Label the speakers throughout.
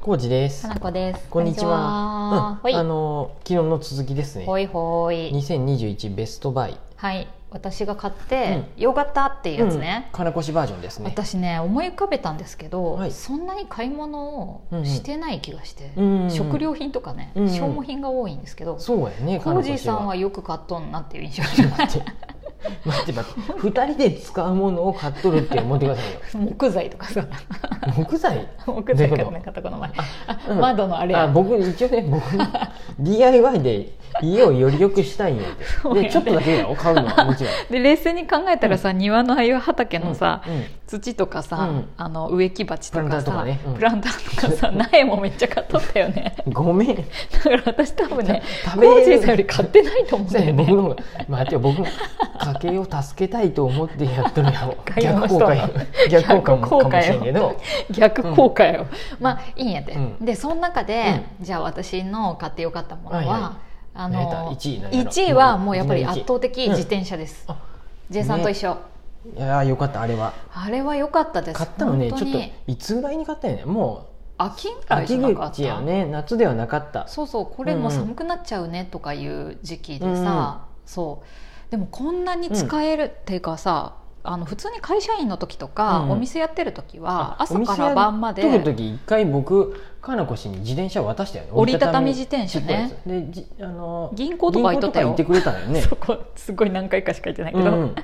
Speaker 1: コウジです
Speaker 2: か。なこです。
Speaker 1: こんにちは。
Speaker 2: こんにち
Speaker 1: あ
Speaker 2: はほ
Speaker 1: の昨日の続きです
Speaker 2: い。
Speaker 1: ね。
Speaker 2: ほいほい。
Speaker 1: 2021ベストバイ。
Speaker 2: はい。私が買って、よかったっていうやつね
Speaker 1: うん。金越バージョンですね。
Speaker 2: 私ね思い浮かべたんですけど、
Speaker 1: はい
Speaker 2: そんなに買い物
Speaker 1: うんう
Speaker 2: を
Speaker 1: ん
Speaker 2: してない気がして、
Speaker 1: うんうん
Speaker 2: 食料品とかね、
Speaker 1: うんうん
Speaker 2: 消耗品が多いんですけど、
Speaker 1: そうやね。
Speaker 2: コージーさんは
Speaker 1: 金
Speaker 2: よく買っとんなっていう印象じゃない
Speaker 1: 越は。待って待って。二人で使うものを買っとるって思ってくださ いよ。
Speaker 2: 木材とかさ
Speaker 1: 木材。
Speaker 2: 木材買わなかったこの前あ
Speaker 1: うん
Speaker 2: 窓のあれや
Speaker 1: あ僕一応ね僕 DIY で家をより良くしたいんやって
Speaker 2: そうやね
Speaker 1: でちょっとだけやろ買うの はもちろん
Speaker 2: で冷静に考えたらさ、庭のああいう畑のさ、
Speaker 1: うんうん
Speaker 2: 土とかさ、
Speaker 1: うん
Speaker 2: あの植木鉢とかさ
Speaker 1: プランターとかねうん
Speaker 2: プランターとかさ 苗もめっちゃ買っとったよね
Speaker 1: ごめん
Speaker 2: だから私多分ね
Speaker 1: た食べ
Speaker 2: コージーさんより買ってないと思うん
Speaker 1: そ
Speaker 2: だ
Speaker 1: うや
Speaker 2: よ
Speaker 1: ね
Speaker 2: ね
Speaker 1: 僕の方が待ってよ僕も家計を助けたいと思ってやっとるやろ
Speaker 2: 買い物
Speaker 1: 逆
Speaker 2: し
Speaker 1: 効
Speaker 2: と
Speaker 1: 果や逆効果も
Speaker 2: んの 逆効
Speaker 1: かも
Speaker 2: 果よ
Speaker 1: しれんけど
Speaker 2: 逆効果よ、まあいいんやて、
Speaker 1: うん
Speaker 2: でその中で、じゃあ私の買ってよかったものは、
Speaker 1: はいはい
Speaker 2: あ
Speaker 1: 何や
Speaker 2: の
Speaker 1: った一位何やろ
Speaker 2: 一位はもうやっぱり圧倒的
Speaker 1: うん
Speaker 2: 自転車です、
Speaker 1: あ
Speaker 2: J さんと一緒、
Speaker 1: いやーよかったあれは
Speaker 2: あれは良かったです
Speaker 1: 買ったのねちょ
Speaker 2: 本当
Speaker 1: っ
Speaker 2: に
Speaker 1: といつぐらいに買ったんやねも
Speaker 2: 秋ぐ
Speaker 1: う
Speaker 2: らいじゃ
Speaker 1: 秋
Speaker 2: なかった
Speaker 1: 口やね夏ではなかった
Speaker 2: そうそうこれ
Speaker 1: うんうん
Speaker 2: もう寒くなっちゃうねとかいう時期でさ、そうでもこんなに使える、っていうかさあの普通に会社員の時とか、
Speaker 1: うんうん
Speaker 2: お店やってる時
Speaker 1: あ
Speaker 2: は
Speaker 1: お
Speaker 2: 朝
Speaker 1: 店
Speaker 2: から晩ま
Speaker 1: やっと
Speaker 2: で
Speaker 1: る時一回僕かなこ氏に自転車渡したよね
Speaker 2: 折りたたみ自転車ね
Speaker 1: ちっこいやつでじあのー
Speaker 2: 銀行とか行っとったよ
Speaker 1: 銀行とか行ってくれたんよね
Speaker 2: そこすごい何回かしか行ってないけど、
Speaker 1: うんうん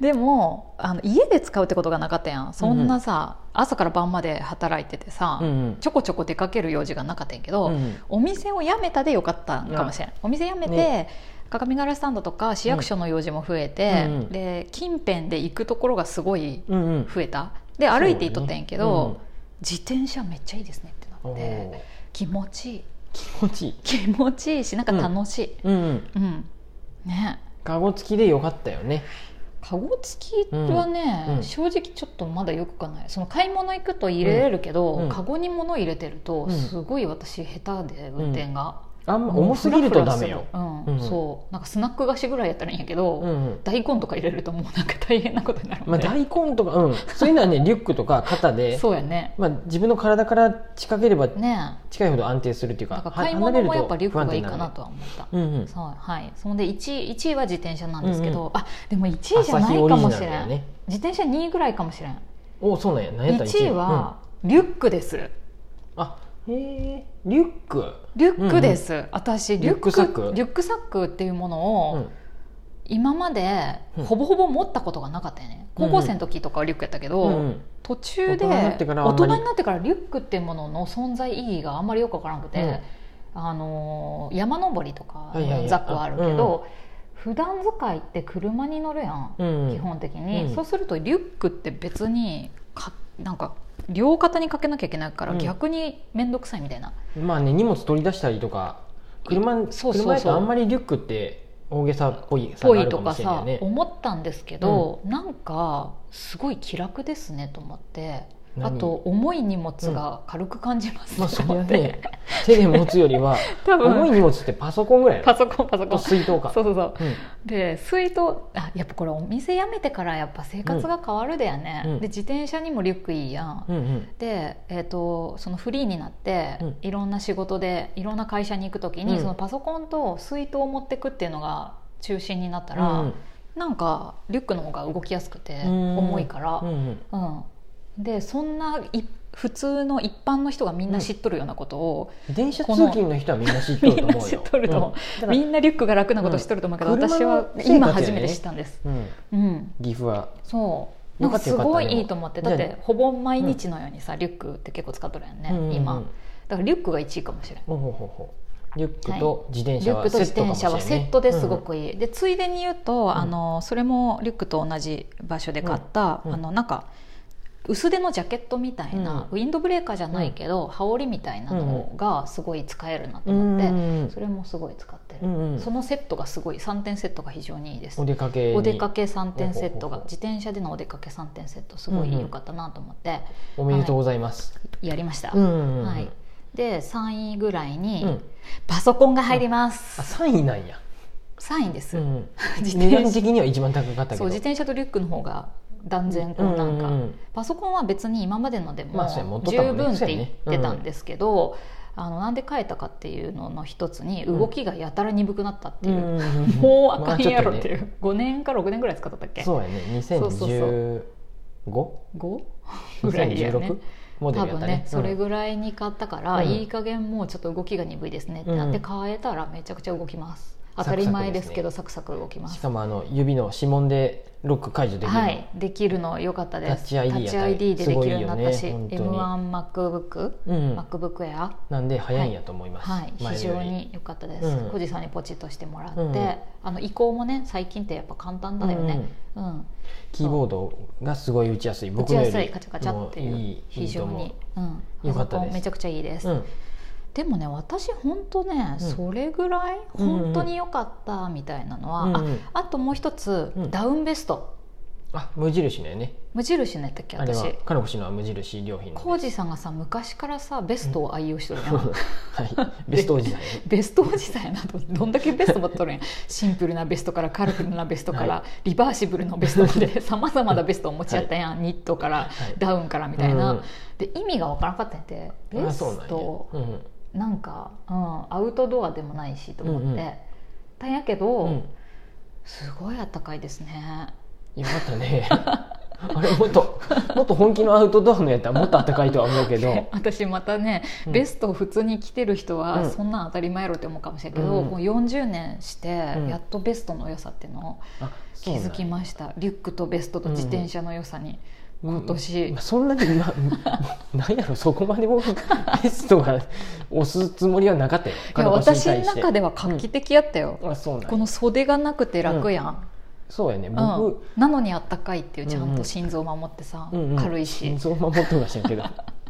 Speaker 2: でもあの家で使うってことがなかったやんそんなさ、朝から晩まで働いててさ、
Speaker 1: うんうん
Speaker 2: ちょこちょこ出かける用事がなかったんやけど、
Speaker 1: うんうん
Speaker 2: お店を辞めたでよかったんかもしれん、お店辞めて、
Speaker 1: ね
Speaker 2: 鏡ヶ原スタンドとか市役所の用事も増えて、
Speaker 1: うんうん
Speaker 2: で近辺で行くところがすごい
Speaker 1: うんうん
Speaker 2: 増えたで歩いて行っとったんやけ
Speaker 1: そう
Speaker 2: ど、
Speaker 1: だね
Speaker 2: 自転車めっちゃいいですねってな
Speaker 1: お
Speaker 2: っ
Speaker 1: ー
Speaker 2: て気持ちいい
Speaker 1: 気持ちいい
Speaker 2: 気持ちいいしなんか楽しい、
Speaker 1: うんうん
Speaker 2: うんね
Speaker 1: カゴ付きでよかったよね
Speaker 2: カゴ付きはね、
Speaker 1: うんうん
Speaker 2: 正直ちょっとまだよくかないその買い物行くと入れれるけど、
Speaker 1: うんうん
Speaker 2: カゴに物入れてると
Speaker 1: うん
Speaker 2: すごい私下手で運転が、
Speaker 1: あんま重すぎるとダメよ、
Speaker 2: うん
Speaker 1: うん
Speaker 2: そうなんかスナック菓子ぐらいやったらいいんやけど、
Speaker 1: うんうん
Speaker 2: 大根とか入れるともうなんか大変なことになる
Speaker 1: ま
Speaker 2: の
Speaker 1: あ、
Speaker 2: で、
Speaker 1: 大根とか、うん、そういうのは ねリュックとか肩で、
Speaker 2: そうやね
Speaker 1: まあ、自分の体から近ければ
Speaker 2: ね
Speaker 1: 近いほど安定するっていう
Speaker 2: えだ
Speaker 1: か
Speaker 2: から
Speaker 1: は
Speaker 2: 買い物もやっぱ
Speaker 1: 離
Speaker 2: リ
Speaker 1: れ
Speaker 2: ュ
Speaker 1: ると
Speaker 2: ックがいい
Speaker 1: 不安
Speaker 2: か
Speaker 1: 定に
Speaker 2: な
Speaker 1: る
Speaker 2: とは思った、
Speaker 1: うんうん
Speaker 2: そうはいそんで 1, 1位は自転車なんですけど、
Speaker 1: うんう
Speaker 2: あでも1位じゃないかもし
Speaker 1: 朝
Speaker 2: れ
Speaker 1: 日オリジナルだよ
Speaker 2: ん、
Speaker 1: ね
Speaker 2: 自転車2位ぐらいかもしれん
Speaker 1: おそうなんや何やったら
Speaker 2: 1位はリュックです、
Speaker 1: うんあへえリュック、
Speaker 2: リュックです、私リュック
Speaker 1: リュックサック
Speaker 2: リュックサックっていうものを、
Speaker 1: うん、
Speaker 2: 今まで
Speaker 1: うん
Speaker 2: ほぼほぼ持ったことがなかったよね、
Speaker 1: うんうん
Speaker 2: 高校生の時とかはリュックやったけど、
Speaker 1: うんうん
Speaker 2: 途中で
Speaker 1: 大人にな
Speaker 2: 大
Speaker 1: ってか
Speaker 2: 人
Speaker 1: ら
Speaker 2: に
Speaker 1: あんまり
Speaker 2: なってからリュックっていうものの存在意義があんまりよく分からなくて、あのー山登りとか
Speaker 1: はいはいはい
Speaker 2: ザックはあるけど、普段使いって車に乗るやん、
Speaker 1: うん
Speaker 2: 基本的に、
Speaker 1: うん
Speaker 2: そうするとリュックって別にかなんか両肩にかけなきゃいけないから、
Speaker 1: うん
Speaker 2: 逆に面倒くさいみたいな
Speaker 1: まあね荷物取り出したりとか車
Speaker 2: そうそうそう
Speaker 1: 車やとあんまりリュックって大げさっぽい差
Speaker 2: ぽ
Speaker 1: があ
Speaker 2: い
Speaker 1: るか
Speaker 2: と
Speaker 1: も
Speaker 2: か
Speaker 1: しれない
Speaker 2: さ
Speaker 1: よね
Speaker 2: 思ったんですけど、なんかすごい気楽ですねと思ってあ
Speaker 1: 何
Speaker 2: と重い荷物が軽く感じます
Speaker 1: まあ
Speaker 2: ね
Speaker 1: そ
Speaker 2: と
Speaker 1: れ
Speaker 2: 思
Speaker 1: は
Speaker 2: って、
Speaker 1: ね手で持つよりは
Speaker 2: 多
Speaker 1: 重い
Speaker 2: 分
Speaker 1: 荷物ってパソコンぐらいやろ
Speaker 2: パソコンパソコ
Speaker 1: と
Speaker 2: ン
Speaker 1: 水筒か
Speaker 2: そうそうそう
Speaker 1: うん
Speaker 2: で水筒あやっぱこれお店辞めてからやっぱ生活が変わるだよね、
Speaker 1: うん
Speaker 2: で自転車にもリュックいいやん、
Speaker 1: うんうん
Speaker 2: で、えー、とそのフリーになって、
Speaker 1: うん
Speaker 2: いろんな仕事でいろんな会社に行く時に、
Speaker 1: うん
Speaker 2: そのパソコンと水筒を持ってくっていうのが中心になったら、
Speaker 1: うん
Speaker 2: なんかリュックの方が動きやすくて
Speaker 1: うん
Speaker 2: 重いから、
Speaker 1: う
Speaker 2: うんん
Speaker 1: うん
Speaker 2: でそんない普通の一般の人がみんな知っとるようなことを、
Speaker 1: 電車通勤の人はみんな知っとると思うよ
Speaker 2: みんな知っとると思
Speaker 1: うん
Speaker 2: う
Speaker 1: だから
Speaker 2: みんなリュックが楽なことしとると思うけど、
Speaker 1: うん
Speaker 2: 私は
Speaker 1: 車の生活やね
Speaker 2: 今初めて知ったんです、
Speaker 1: うん
Speaker 2: うん、
Speaker 1: 岐阜は
Speaker 2: そうな
Speaker 1: よか
Speaker 2: んか
Speaker 1: った
Speaker 2: す
Speaker 1: よかった
Speaker 2: ごいいいと思ってだっ
Speaker 1: じゃあ
Speaker 2: てほぼ毎日のようにさリュックって結構使っとるやんね、
Speaker 1: うんうんうん
Speaker 2: 今だからリュックが1位かもしれん
Speaker 1: ほうほうほうほうリュックと自転
Speaker 2: リ
Speaker 1: 車
Speaker 2: ュッ
Speaker 1: は
Speaker 2: クと
Speaker 1: セ
Speaker 2: 自
Speaker 1: ットかも
Speaker 2: 転
Speaker 1: しれ
Speaker 2: 車
Speaker 1: な
Speaker 2: はいセ
Speaker 1: ね
Speaker 2: ットですごくいい、でついでに言うと、あのそれもリュックと同じ場所で買った、
Speaker 1: うんうん
Speaker 2: あのなんか薄手のジャケットみたいな、ウィンドブレーカーじゃないけど、羽織みたいなのがすごい使えるなと思って、
Speaker 1: うん
Speaker 2: それもすごい使って
Speaker 1: う
Speaker 2: る、
Speaker 1: んうん
Speaker 2: そのセットがすごい3点セットが非常にいいです
Speaker 1: お出かけに
Speaker 2: お出かけ3点セ
Speaker 1: ほ
Speaker 2: ットが
Speaker 1: うほうほう
Speaker 2: 自転車でのお出かけ3点セットすごい良かったなと思って
Speaker 1: おめでとうございます
Speaker 2: やりました、
Speaker 1: うんうんうん
Speaker 2: はい、で3位ぐらいに、
Speaker 1: うん
Speaker 2: パソコンが入りま
Speaker 1: あ
Speaker 2: す、
Speaker 1: 3位なんや
Speaker 2: 3位です、
Speaker 1: うんうん
Speaker 2: 自
Speaker 1: 値
Speaker 2: 転
Speaker 1: 段
Speaker 2: 車
Speaker 1: 的には一番高かったけど
Speaker 2: そう自転車とリュックの方が断然こうなんか、
Speaker 1: うんうん
Speaker 2: パソコンは別に今までので
Speaker 1: まあそうや持っ
Speaker 2: も
Speaker 1: とっ
Speaker 2: 十
Speaker 1: たもんね
Speaker 2: 分っ
Speaker 1: そう
Speaker 2: て
Speaker 1: や
Speaker 2: 言っ
Speaker 1: ね
Speaker 2: てたんですけど、あのなんで変えたかっていうのの一つに
Speaker 1: うん
Speaker 2: 動きがやたら鈍くなったって
Speaker 1: う
Speaker 2: い
Speaker 1: ん
Speaker 2: う、
Speaker 1: うんうん
Speaker 2: もうあかんやろってい
Speaker 1: まあちょっとね
Speaker 2: う、5年か6年ぐらい使ってたっけ
Speaker 1: そうやね
Speaker 2: そうそうそ
Speaker 1: 2015?2016?
Speaker 2: 5ぐらいやね
Speaker 1: モデ
Speaker 2: 多
Speaker 1: ルやっ
Speaker 2: 分
Speaker 1: た
Speaker 2: ね
Speaker 1: ね
Speaker 2: それ
Speaker 1: らい
Speaker 2: ぐらいに買ったから、
Speaker 1: うん
Speaker 2: いい加減もうちょっと動きが鈍いですねってなって
Speaker 1: うん
Speaker 2: 変えたらめちゃくちゃ動きます当
Speaker 1: サクサ
Speaker 2: た
Speaker 1: ク
Speaker 2: り前ですけどサクサク動きま
Speaker 1: し
Speaker 2: す
Speaker 1: かもあの指の指紋でロック解除できるの
Speaker 2: はいできるの良かったです
Speaker 1: タッチ ID やったり
Speaker 2: でできるようになったし、
Speaker 1: すごいよね
Speaker 2: M1MacBookMacBook
Speaker 1: うん
Speaker 2: Air
Speaker 1: なんで早いんやと思います、
Speaker 2: はい、非
Speaker 1: 前の
Speaker 2: 常
Speaker 1: より
Speaker 2: に良かったです、
Speaker 1: うん
Speaker 2: 小路さんにポチッとしてもらって、
Speaker 1: うん
Speaker 2: あの移行もね最近ってやっぱ簡単だよね、うん
Speaker 1: キーボードがすごい打ちやすい
Speaker 2: 打
Speaker 1: 僕
Speaker 2: ち
Speaker 1: の
Speaker 2: や
Speaker 1: よ
Speaker 2: すい
Speaker 1: り
Speaker 2: カチャカチャっていう
Speaker 1: もいい
Speaker 2: 非常
Speaker 1: いい
Speaker 2: に
Speaker 1: と
Speaker 2: うん
Speaker 1: 良かったです
Speaker 2: パソコンめちゃくちゃいいです、
Speaker 1: 思う
Speaker 2: でもね私本当ね、
Speaker 1: うん
Speaker 2: それぐらい
Speaker 1: うんうんうん
Speaker 2: 本当に良かったみたいなのは、
Speaker 1: うんうんうん
Speaker 2: ああともう一つ、
Speaker 1: うん
Speaker 2: ダウンベスト
Speaker 1: あ無印のよね
Speaker 2: 無印のやったっけ
Speaker 1: あれは
Speaker 2: 私
Speaker 1: 金星のは無印良品の
Speaker 2: 浩二さんがさ昔からさベストを愛用してるやん、
Speaker 1: はいベストおじさんやね
Speaker 2: ベストおじさんやなと思ってどんだけベスト持っとるんやシンプルなベストからカラフルなベストから、
Speaker 1: は
Speaker 2: リバーシブルのベストまでさまざまなベストを持ち合ったやん、ニットから、
Speaker 1: い
Speaker 2: ダウンからみたいな、
Speaker 1: うんうん
Speaker 2: で意味が分からなかったんやて ベ
Speaker 1: あ
Speaker 2: ス
Speaker 1: そうなんや
Speaker 2: ト
Speaker 1: うんうん
Speaker 2: なんか、うん、アウトドアでもないしと思って、
Speaker 1: うんうん
Speaker 2: たんやけど、
Speaker 1: うん
Speaker 2: すごいあったかいですね
Speaker 1: よかったね あれもっともっと本気のアウトドアのやったらもっと暖かいとは思うけど
Speaker 2: 私またね、
Speaker 1: うん
Speaker 2: ベストを普通に着てる人は、
Speaker 1: うん
Speaker 2: そんなん当たり前やろって思うかもしれんけど、
Speaker 1: うん
Speaker 2: もう40年して、
Speaker 1: うん
Speaker 2: やっとベストの良さっていうのを
Speaker 1: あ
Speaker 2: 気
Speaker 1: そうなんや
Speaker 2: づきました、リュックとベストと自転車の良さに、
Speaker 1: うん
Speaker 2: 今年、
Speaker 1: まあそんなに今なんやろそこまで僕 ベストが押すつもりはなかったよ
Speaker 2: いや私の
Speaker 1: で
Speaker 2: 中では画期的やったよ、
Speaker 1: あそうなん
Speaker 2: こ
Speaker 1: や
Speaker 2: の袖がなくて楽やん、
Speaker 1: そうやね僕、
Speaker 2: うんなのにあったかいっていうちゃん
Speaker 1: うんう
Speaker 2: と
Speaker 1: ん
Speaker 2: 心臓守ってさ、
Speaker 1: うんうん
Speaker 2: 軽いし
Speaker 1: 心臓守ってましたけど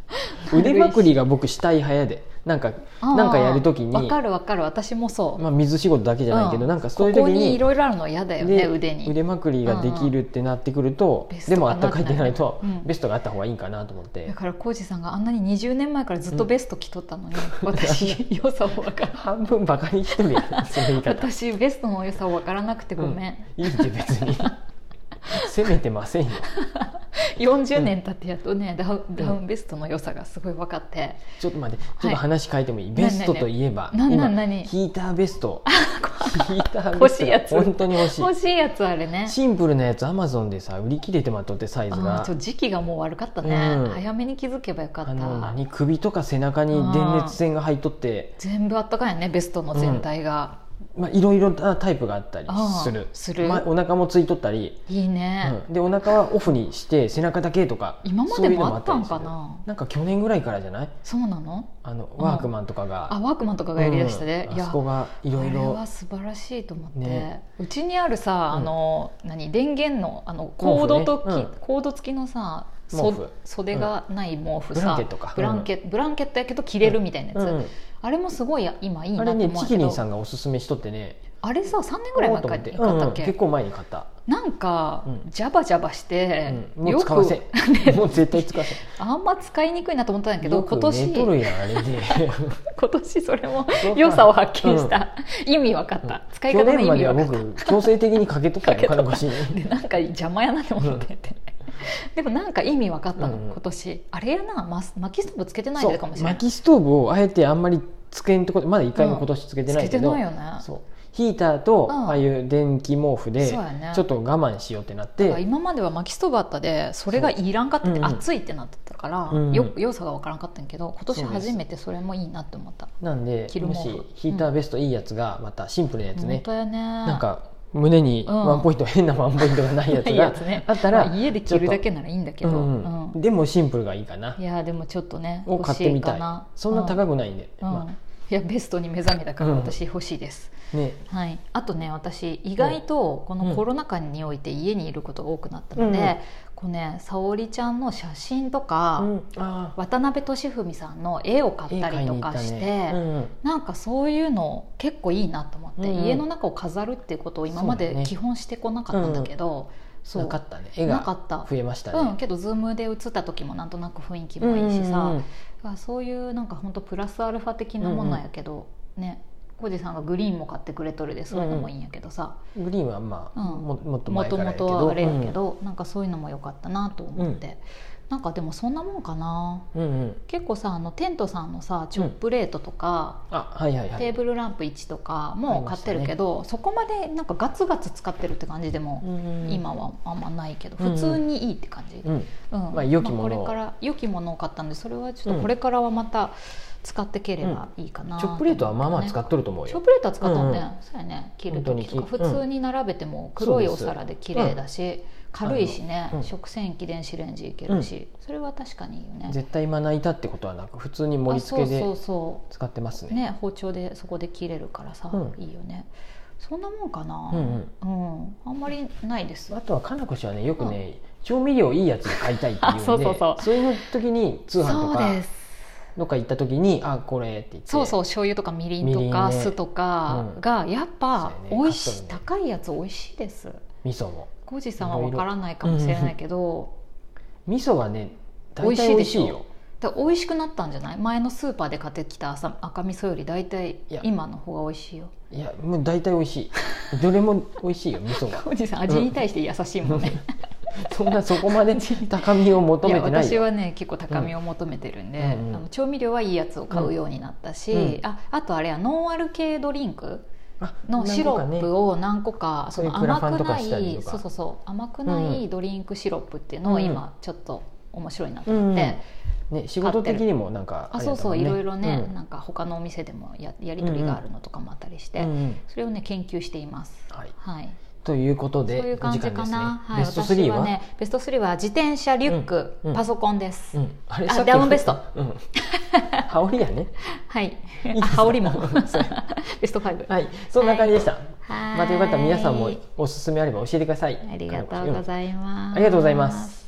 Speaker 1: 腕まくりが僕したい早でなんかなんかやるときに
Speaker 2: わかるわかる私もそう、
Speaker 1: まあ、水仕事だけじゃないけど、
Speaker 2: うん
Speaker 1: なんかそういう時に
Speaker 2: ここにいろいろあるの嫌だよね
Speaker 1: で
Speaker 2: 腕に
Speaker 1: まくりができるってなってくると、
Speaker 2: うんうん
Speaker 1: でもあったかいってないと、
Speaker 2: ベストがなくなるうん
Speaker 1: ベストがあった方がいいかなと思っ
Speaker 2: だ
Speaker 1: て
Speaker 2: から浩二さんがあんなに20年前からずっとベスト着とったのに、私良さを分から
Speaker 1: 半分バカにしとるやんその言い方
Speaker 2: 私ベストの良さを分からなく てごめん、
Speaker 1: うんいいって別 に責めてませんよ
Speaker 2: 40年経ってやっとねダウンダウンベストの良さがすごい分かって、
Speaker 1: ちょっと待ってちょっ
Speaker 2: はい
Speaker 1: と話変えてもいい、
Speaker 2: な
Speaker 1: ベストといえば
Speaker 2: ななな
Speaker 1: 今
Speaker 2: に
Speaker 1: ヒーターベストヒーター
Speaker 2: 欲
Speaker 1: ベ
Speaker 2: しい
Speaker 1: ス
Speaker 2: やつ
Speaker 1: ト本当に欲しい
Speaker 2: 欲しいやつあれね
Speaker 1: シンプルなやつアマゾンでさ売り切れてまっとってサイズ
Speaker 2: あ
Speaker 1: が
Speaker 2: ーちょ時期がもう悪かったね、
Speaker 1: うん
Speaker 2: 早めに気づけばよかっ
Speaker 1: あの
Speaker 2: た
Speaker 1: 何首とか背中に電熱線が入っとって
Speaker 2: 全部あったかいよねベストの全体が、
Speaker 1: まあいろいろなタイプがあったりす
Speaker 2: あ
Speaker 1: る
Speaker 2: ーする
Speaker 1: まあお腹もついとったり、
Speaker 2: いいね、
Speaker 1: うんでお腹はオフにして背中だけとか
Speaker 2: 今ま
Speaker 1: そう
Speaker 2: で
Speaker 1: いうの
Speaker 2: もあったんか
Speaker 1: あったり
Speaker 2: な
Speaker 1: するなんか去年ぐらいからじゃない
Speaker 2: そうなの
Speaker 1: あの
Speaker 2: うん
Speaker 1: ワークマンとか
Speaker 2: あ
Speaker 1: が
Speaker 2: ワークマンとかがやりだしたで、
Speaker 1: うんあ
Speaker 2: いや
Speaker 1: そこがいろい
Speaker 2: あれ
Speaker 1: ろ
Speaker 2: は素晴らしいと思って、
Speaker 1: ね
Speaker 2: うちにあるさ
Speaker 1: うん
Speaker 2: あの、何電源のあの
Speaker 1: 毛
Speaker 2: コー
Speaker 1: 布ね
Speaker 2: ドとき、
Speaker 1: うん
Speaker 2: コード付きのさ
Speaker 1: 毛布
Speaker 2: そ袖がない毛布
Speaker 1: ブラン
Speaker 2: さ、
Speaker 1: ケットか
Speaker 2: ブランケブランケットやけど着れるみたいなやつ、
Speaker 1: うんうん
Speaker 2: あれもすごい今いいな
Speaker 1: あ
Speaker 2: と
Speaker 1: れね
Speaker 2: 思うんや
Speaker 1: チ
Speaker 2: け
Speaker 1: キリ
Speaker 2: ど
Speaker 1: ンさんがおすすめしとってね
Speaker 2: あれさ3年ぐらい前
Speaker 1: おーと思
Speaker 2: か
Speaker 1: っ
Speaker 2: に
Speaker 1: て
Speaker 2: 買ったっ
Speaker 1: うん
Speaker 2: け、
Speaker 1: うん結構前に買った、
Speaker 2: なんか、
Speaker 1: うん
Speaker 2: ジャバジャバして、
Speaker 1: うんもう使わせん もう絶対使わせん
Speaker 2: あんま使いにくいなと思ったんやけど
Speaker 1: よく
Speaker 2: 今
Speaker 1: 寝と
Speaker 2: 年
Speaker 1: るやんあれ で
Speaker 2: 今年それも
Speaker 1: そうか
Speaker 2: 良さを発見した、意味わかった、使い方
Speaker 1: 去
Speaker 2: の
Speaker 1: 年
Speaker 2: 意
Speaker 1: まで
Speaker 2: 味
Speaker 1: は
Speaker 2: わかった
Speaker 1: 僕強制的にかけとったよ
Speaker 2: かけと
Speaker 1: 金
Speaker 2: った
Speaker 1: 越しに
Speaker 2: でなんか邪魔やなって思ってて、でもなんか意味分かったの、
Speaker 1: うんうん
Speaker 2: 今年あれやなマス薪ストーブつけてない
Speaker 1: そ
Speaker 2: でかもし
Speaker 1: う
Speaker 2: れない
Speaker 1: 薪ストーブをあえてあんまりつけんとこまだ一回も今年つけて
Speaker 2: つ
Speaker 1: ない
Speaker 2: け
Speaker 1: け
Speaker 2: て
Speaker 1: ど、
Speaker 2: ないよね
Speaker 1: そうヒーターと
Speaker 2: うん
Speaker 1: ああいう電気毛布でち
Speaker 2: そうやね
Speaker 1: ょっと我慢しようってなっ
Speaker 2: だ
Speaker 1: て、
Speaker 2: から今までは薪ストーブあったでそれがいらんかったっ
Speaker 1: そ
Speaker 2: て
Speaker 1: ううんうん
Speaker 2: 暑いってなってたから、
Speaker 1: うんうん
Speaker 2: よ良さが分からんかったんやけど今年
Speaker 1: そうです
Speaker 2: 初めてそれもいいなって思った
Speaker 1: なんで
Speaker 2: 着る毛
Speaker 1: も
Speaker 2: 布
Speaker 1: しヒーターベストいいやつがまたシンプルなやつ
Speaker 2: 本
Speaker 1: ね、
Speaker 2: 当やね
Speaker 1: なんか胸に
Speaker 2: うん
Speaker 1: ワンポイント、変なワンポイントがないやつ
Speaker 2: いい
Speaker 1: が
Speaker 2: やつね
Speaker 1: あったら、
Speaker 2: まあ家で着るだけならいいんだけ
Speaker 1: ちょ
Speaker 2: ど、
Speaker 1: っと、
Speaker 2: う
Speaker 1: うん
Speaker 2: ん
Speaker 1: うんでもシンプルがいいかない
Speaker 2: やでもちょっとね
Speaker 1: を
Speaker 2: 欲
Speaker 1: 買っ
Speaker 2: してい
Speaker 1: み
Speaker 2: か
Speaker 1: たい
Speaker 2: な
Speaker 1: そんな
Speaker 2: く、
Speaker 1: 高くないんで、
Speaker 2: うんうん
Speaker 1: ま
Speaker 2: いやベストに目覚めたから
Speaker 1: うん
Speaker 2: 私欲しいです、
Speaker 1: あ、ね
Speaker 2: はい、あとね私意外とこのコロナ禍において家にいることが多くなったので、
Speaker 1: うんうん
Speaker 2: こうね沙織ちゃんの写真とか、
Speaker 1: うんあ
Speaker 2: 渡辺俊文さんの絵を買
Speaker 1: ー
Speaker 2: ったりとかして、
Speaker 1: 絵買いに行ったね
Speaker 2: なんかそういうの結構いいなと思って、
Speaker 1: うんうん
Speaker 2: 家の中を飾るっていうことを今ま
Speaker 1: そう
Speaker 2: で
Speaker 1: だね
Speaker 2: 基本してこなかったんだけど
Speaker 1: う
Speaker 2: そ
Speaker 1: ん、
Speaker 2: う
Speaker 1: なかったね絵
Speaker 2: なかった
Speaker 1: が増えましたね、
Speaker 2: うん、けどズームで映った時もなんとなく雰囲気もいいしさ、
Speaker 1: うんうんうん
Speaker 2: まあそういうなんか本当プラスアルファ的なものやけど、ね浩二さんがグリーンも買ってくれとるでそういうのもいいんやけどさ、
Speaker 1: グリーンはまあ、
Speaker 2: うん
Speaker 1: ももっと
Speaker 2: も
Speaker 1: 前か
Speaker 2: と
Speaker 1: らや
Speaker 2: も
Speaker 1: けど
Speaker 2: とはあれやけど、なんかそういうのも良かったなと思って、なんかでもそんなもんかな
Speaker 1: うん、うんうん
Speaker 2: 結構さあのテントさんのさチョップレートとか、
Speaker 1: あはいはいは
Speaker 2: テー
Speaker 1: い、
Speaker 2: ブルランプ1とかも買ってるけど、そこまでなんかガツガツ使ってるって感じでも、
Speaker 1: うん
Speaker 2: 今はあんまないけど
Speaker 1: うん
Speaker 2: 普通にいいって感じ、
Speaker 1: うん
Speaker 2: うん
Speaker 1: まあ良きものを
Speaker 2: これから良きものを買ったんでそれはちょっ
Speaker 1: うん
Speaker 2: とこれからはまた使ってければいいかな、
Speaker 1: チョップレートはまあまあ使
Speaker 2: っ
Speaker 1: っとると思う
Speaker 2: チョッ
Speaker 1: よ、
Speaker 2: プレートは使ったもんね、
Speaker 1: うん
Speaker 2: そうやね切る時とか
Speaker 1: 本当
Speaker 2: 普
Speaker 1: に切
Speaker 2: 通に並べても黒いお皿で綺麗だし、軽いしね、
Speaker 1: あのうん
Speaker 2: 食洗機電子レンジいけるし、それは確かにいいよね
Speaker 1: 絶対まな板ってことはなく普通に盛り付け
Speaker 2: あそ
Speaker 1: で
Speaker 2: うそうそう
Speaker 1: 使ってますね
Speaker 2: ね、包丁でそこで切れるからさ、
Speaker 1: うん
Speaker 2: いいよねそんなもんかな、
Speaker 1: うん
Speaker 2: うんあんまりないです
Speaker 1: あとはかなこ氏はねよくね、調味料いいやつ買いたいって言うんで
Speaker 2: そうそうそう
Speaker 1: そういう時に通販と
Speaker 2: そうで
Speaker 1: か
Speaker 2: す
Speaker 1: どっか行った時に「あこれ」って言って
Speaker 2: そうそう醤油とかみりんとか
Speaker 1: みりんね
Speaker 2: 酢とか
Speaker 1: うん
Speaker 2: がやっ
Speaker 1: そ
Speaker 2: ぱ
Speaker 1: うやね
Speaker 2: 美味しい、
Speaker 1: カッ
Speaker 2: 高いやつ美味しいです
Speaker 1: 味噌も
Speaker 2: 浩司さんは分からないかもしれないけど
Speaker 1: 味噌はね
Speaker 2: 美
Speaker 1: 大
Speaker 2: 味し
Speaker 1: 体
Speaker 2: い
Speaker 1: 美
Speaker 2: で
Speaker 1: 味し
Speaker 2: し
Speaker 1: い
Speaker 2: ょ
Speaker 1: よ
Speaker 2: だから美味しくなったんじゃない前のスーパーで買ってきた朝赤味噌より大体
Speaker 1: いや
Speaker 2: 今の方が美味しいよ
Speaker 1: いやもう大体美味しいどれも美味しいよ味噌は
Speaker 2: 浩司さん味に対して優しいもんね、
Speaker 1: そんなそこまで高みを 求
Speaker 2: い
Speaker 1: め
Speaker 2: や
Speaker 1: てない
Speaker 2: 私
Speaker 1: よ
Speaker 2: はね結構高みを求めてるんで、
Speaker 1: うんうん
Speaker 2: あの調味料はいいやつを買うようになったし、
Speaker 1: うん
Speaker 2: ああとあれやノンアル系ドリンク
Speaker 1: あ
Speaker 2: のシロップ
Speaker 1: を
Speaker 2: を何個かその
Speaker 1: そういうクラファ
Speaker 2: 甘
Speaker 1: ン
Speaker 2: く
Speaker 1: とか
Speaker 2: な
Speaker 1: したり
Speaker 2: い
Speaker 1: とか
Speaker 2: そうそうそう甘くないドリンクシロップっていうのを今ちょっと面白いなと
Speaker 1: う
Speaker 2: 思
Speaker 1: ん
Speaker 2: って、
Speaker 1: ね仕事的にもなんか
Speaker 2: あそうそういろいろね、
Speaker 1: な
Speaker 2: なんか他のお店でもややり取りがあるのとかもあったりして、それをね研究しています。
Speaker 1: はい
Speaker 2: はい、
Speaker 1: ということ
Speaker 2: そう
Speaker 1: で
Speaker 2: いう感じ
Speaker 1: お
Speaker 2: か
Speaker 1: 時間で
Speaker 2: な、
Speaker 1: すね
Speaker 2: はい、
Speaker 1: ベスト
Speaker 2: 私
Speaker 1: 3は
Speaker 2: ねベスト3は自転車リュック、
Speaker 1: うんうん
Speaker 2: パソコンです、
Speaker 1: うんあれ
Speaker 2: あ
Speaker 1: さっき
Speaker 2: ダウンベスト
Speaker 1: うん 羽織やね
Speaker 2: はい。
Speaker 1: いです
Speaker 2: あ
Speaker 1: か
Speaker 2: 羽織 も
Speaker 1: そう。
Speaker 2: ベスト5。
Speaker 1: はいそんな感じでした
Speaker 2: はい
Speaker 1: またよかったら皆さんもおすすめあれば教えてください
Speaker 2: ありがとうご
Speaker 1: い
Speaker 2: ざいます。
Speaker 1: ありがとうございます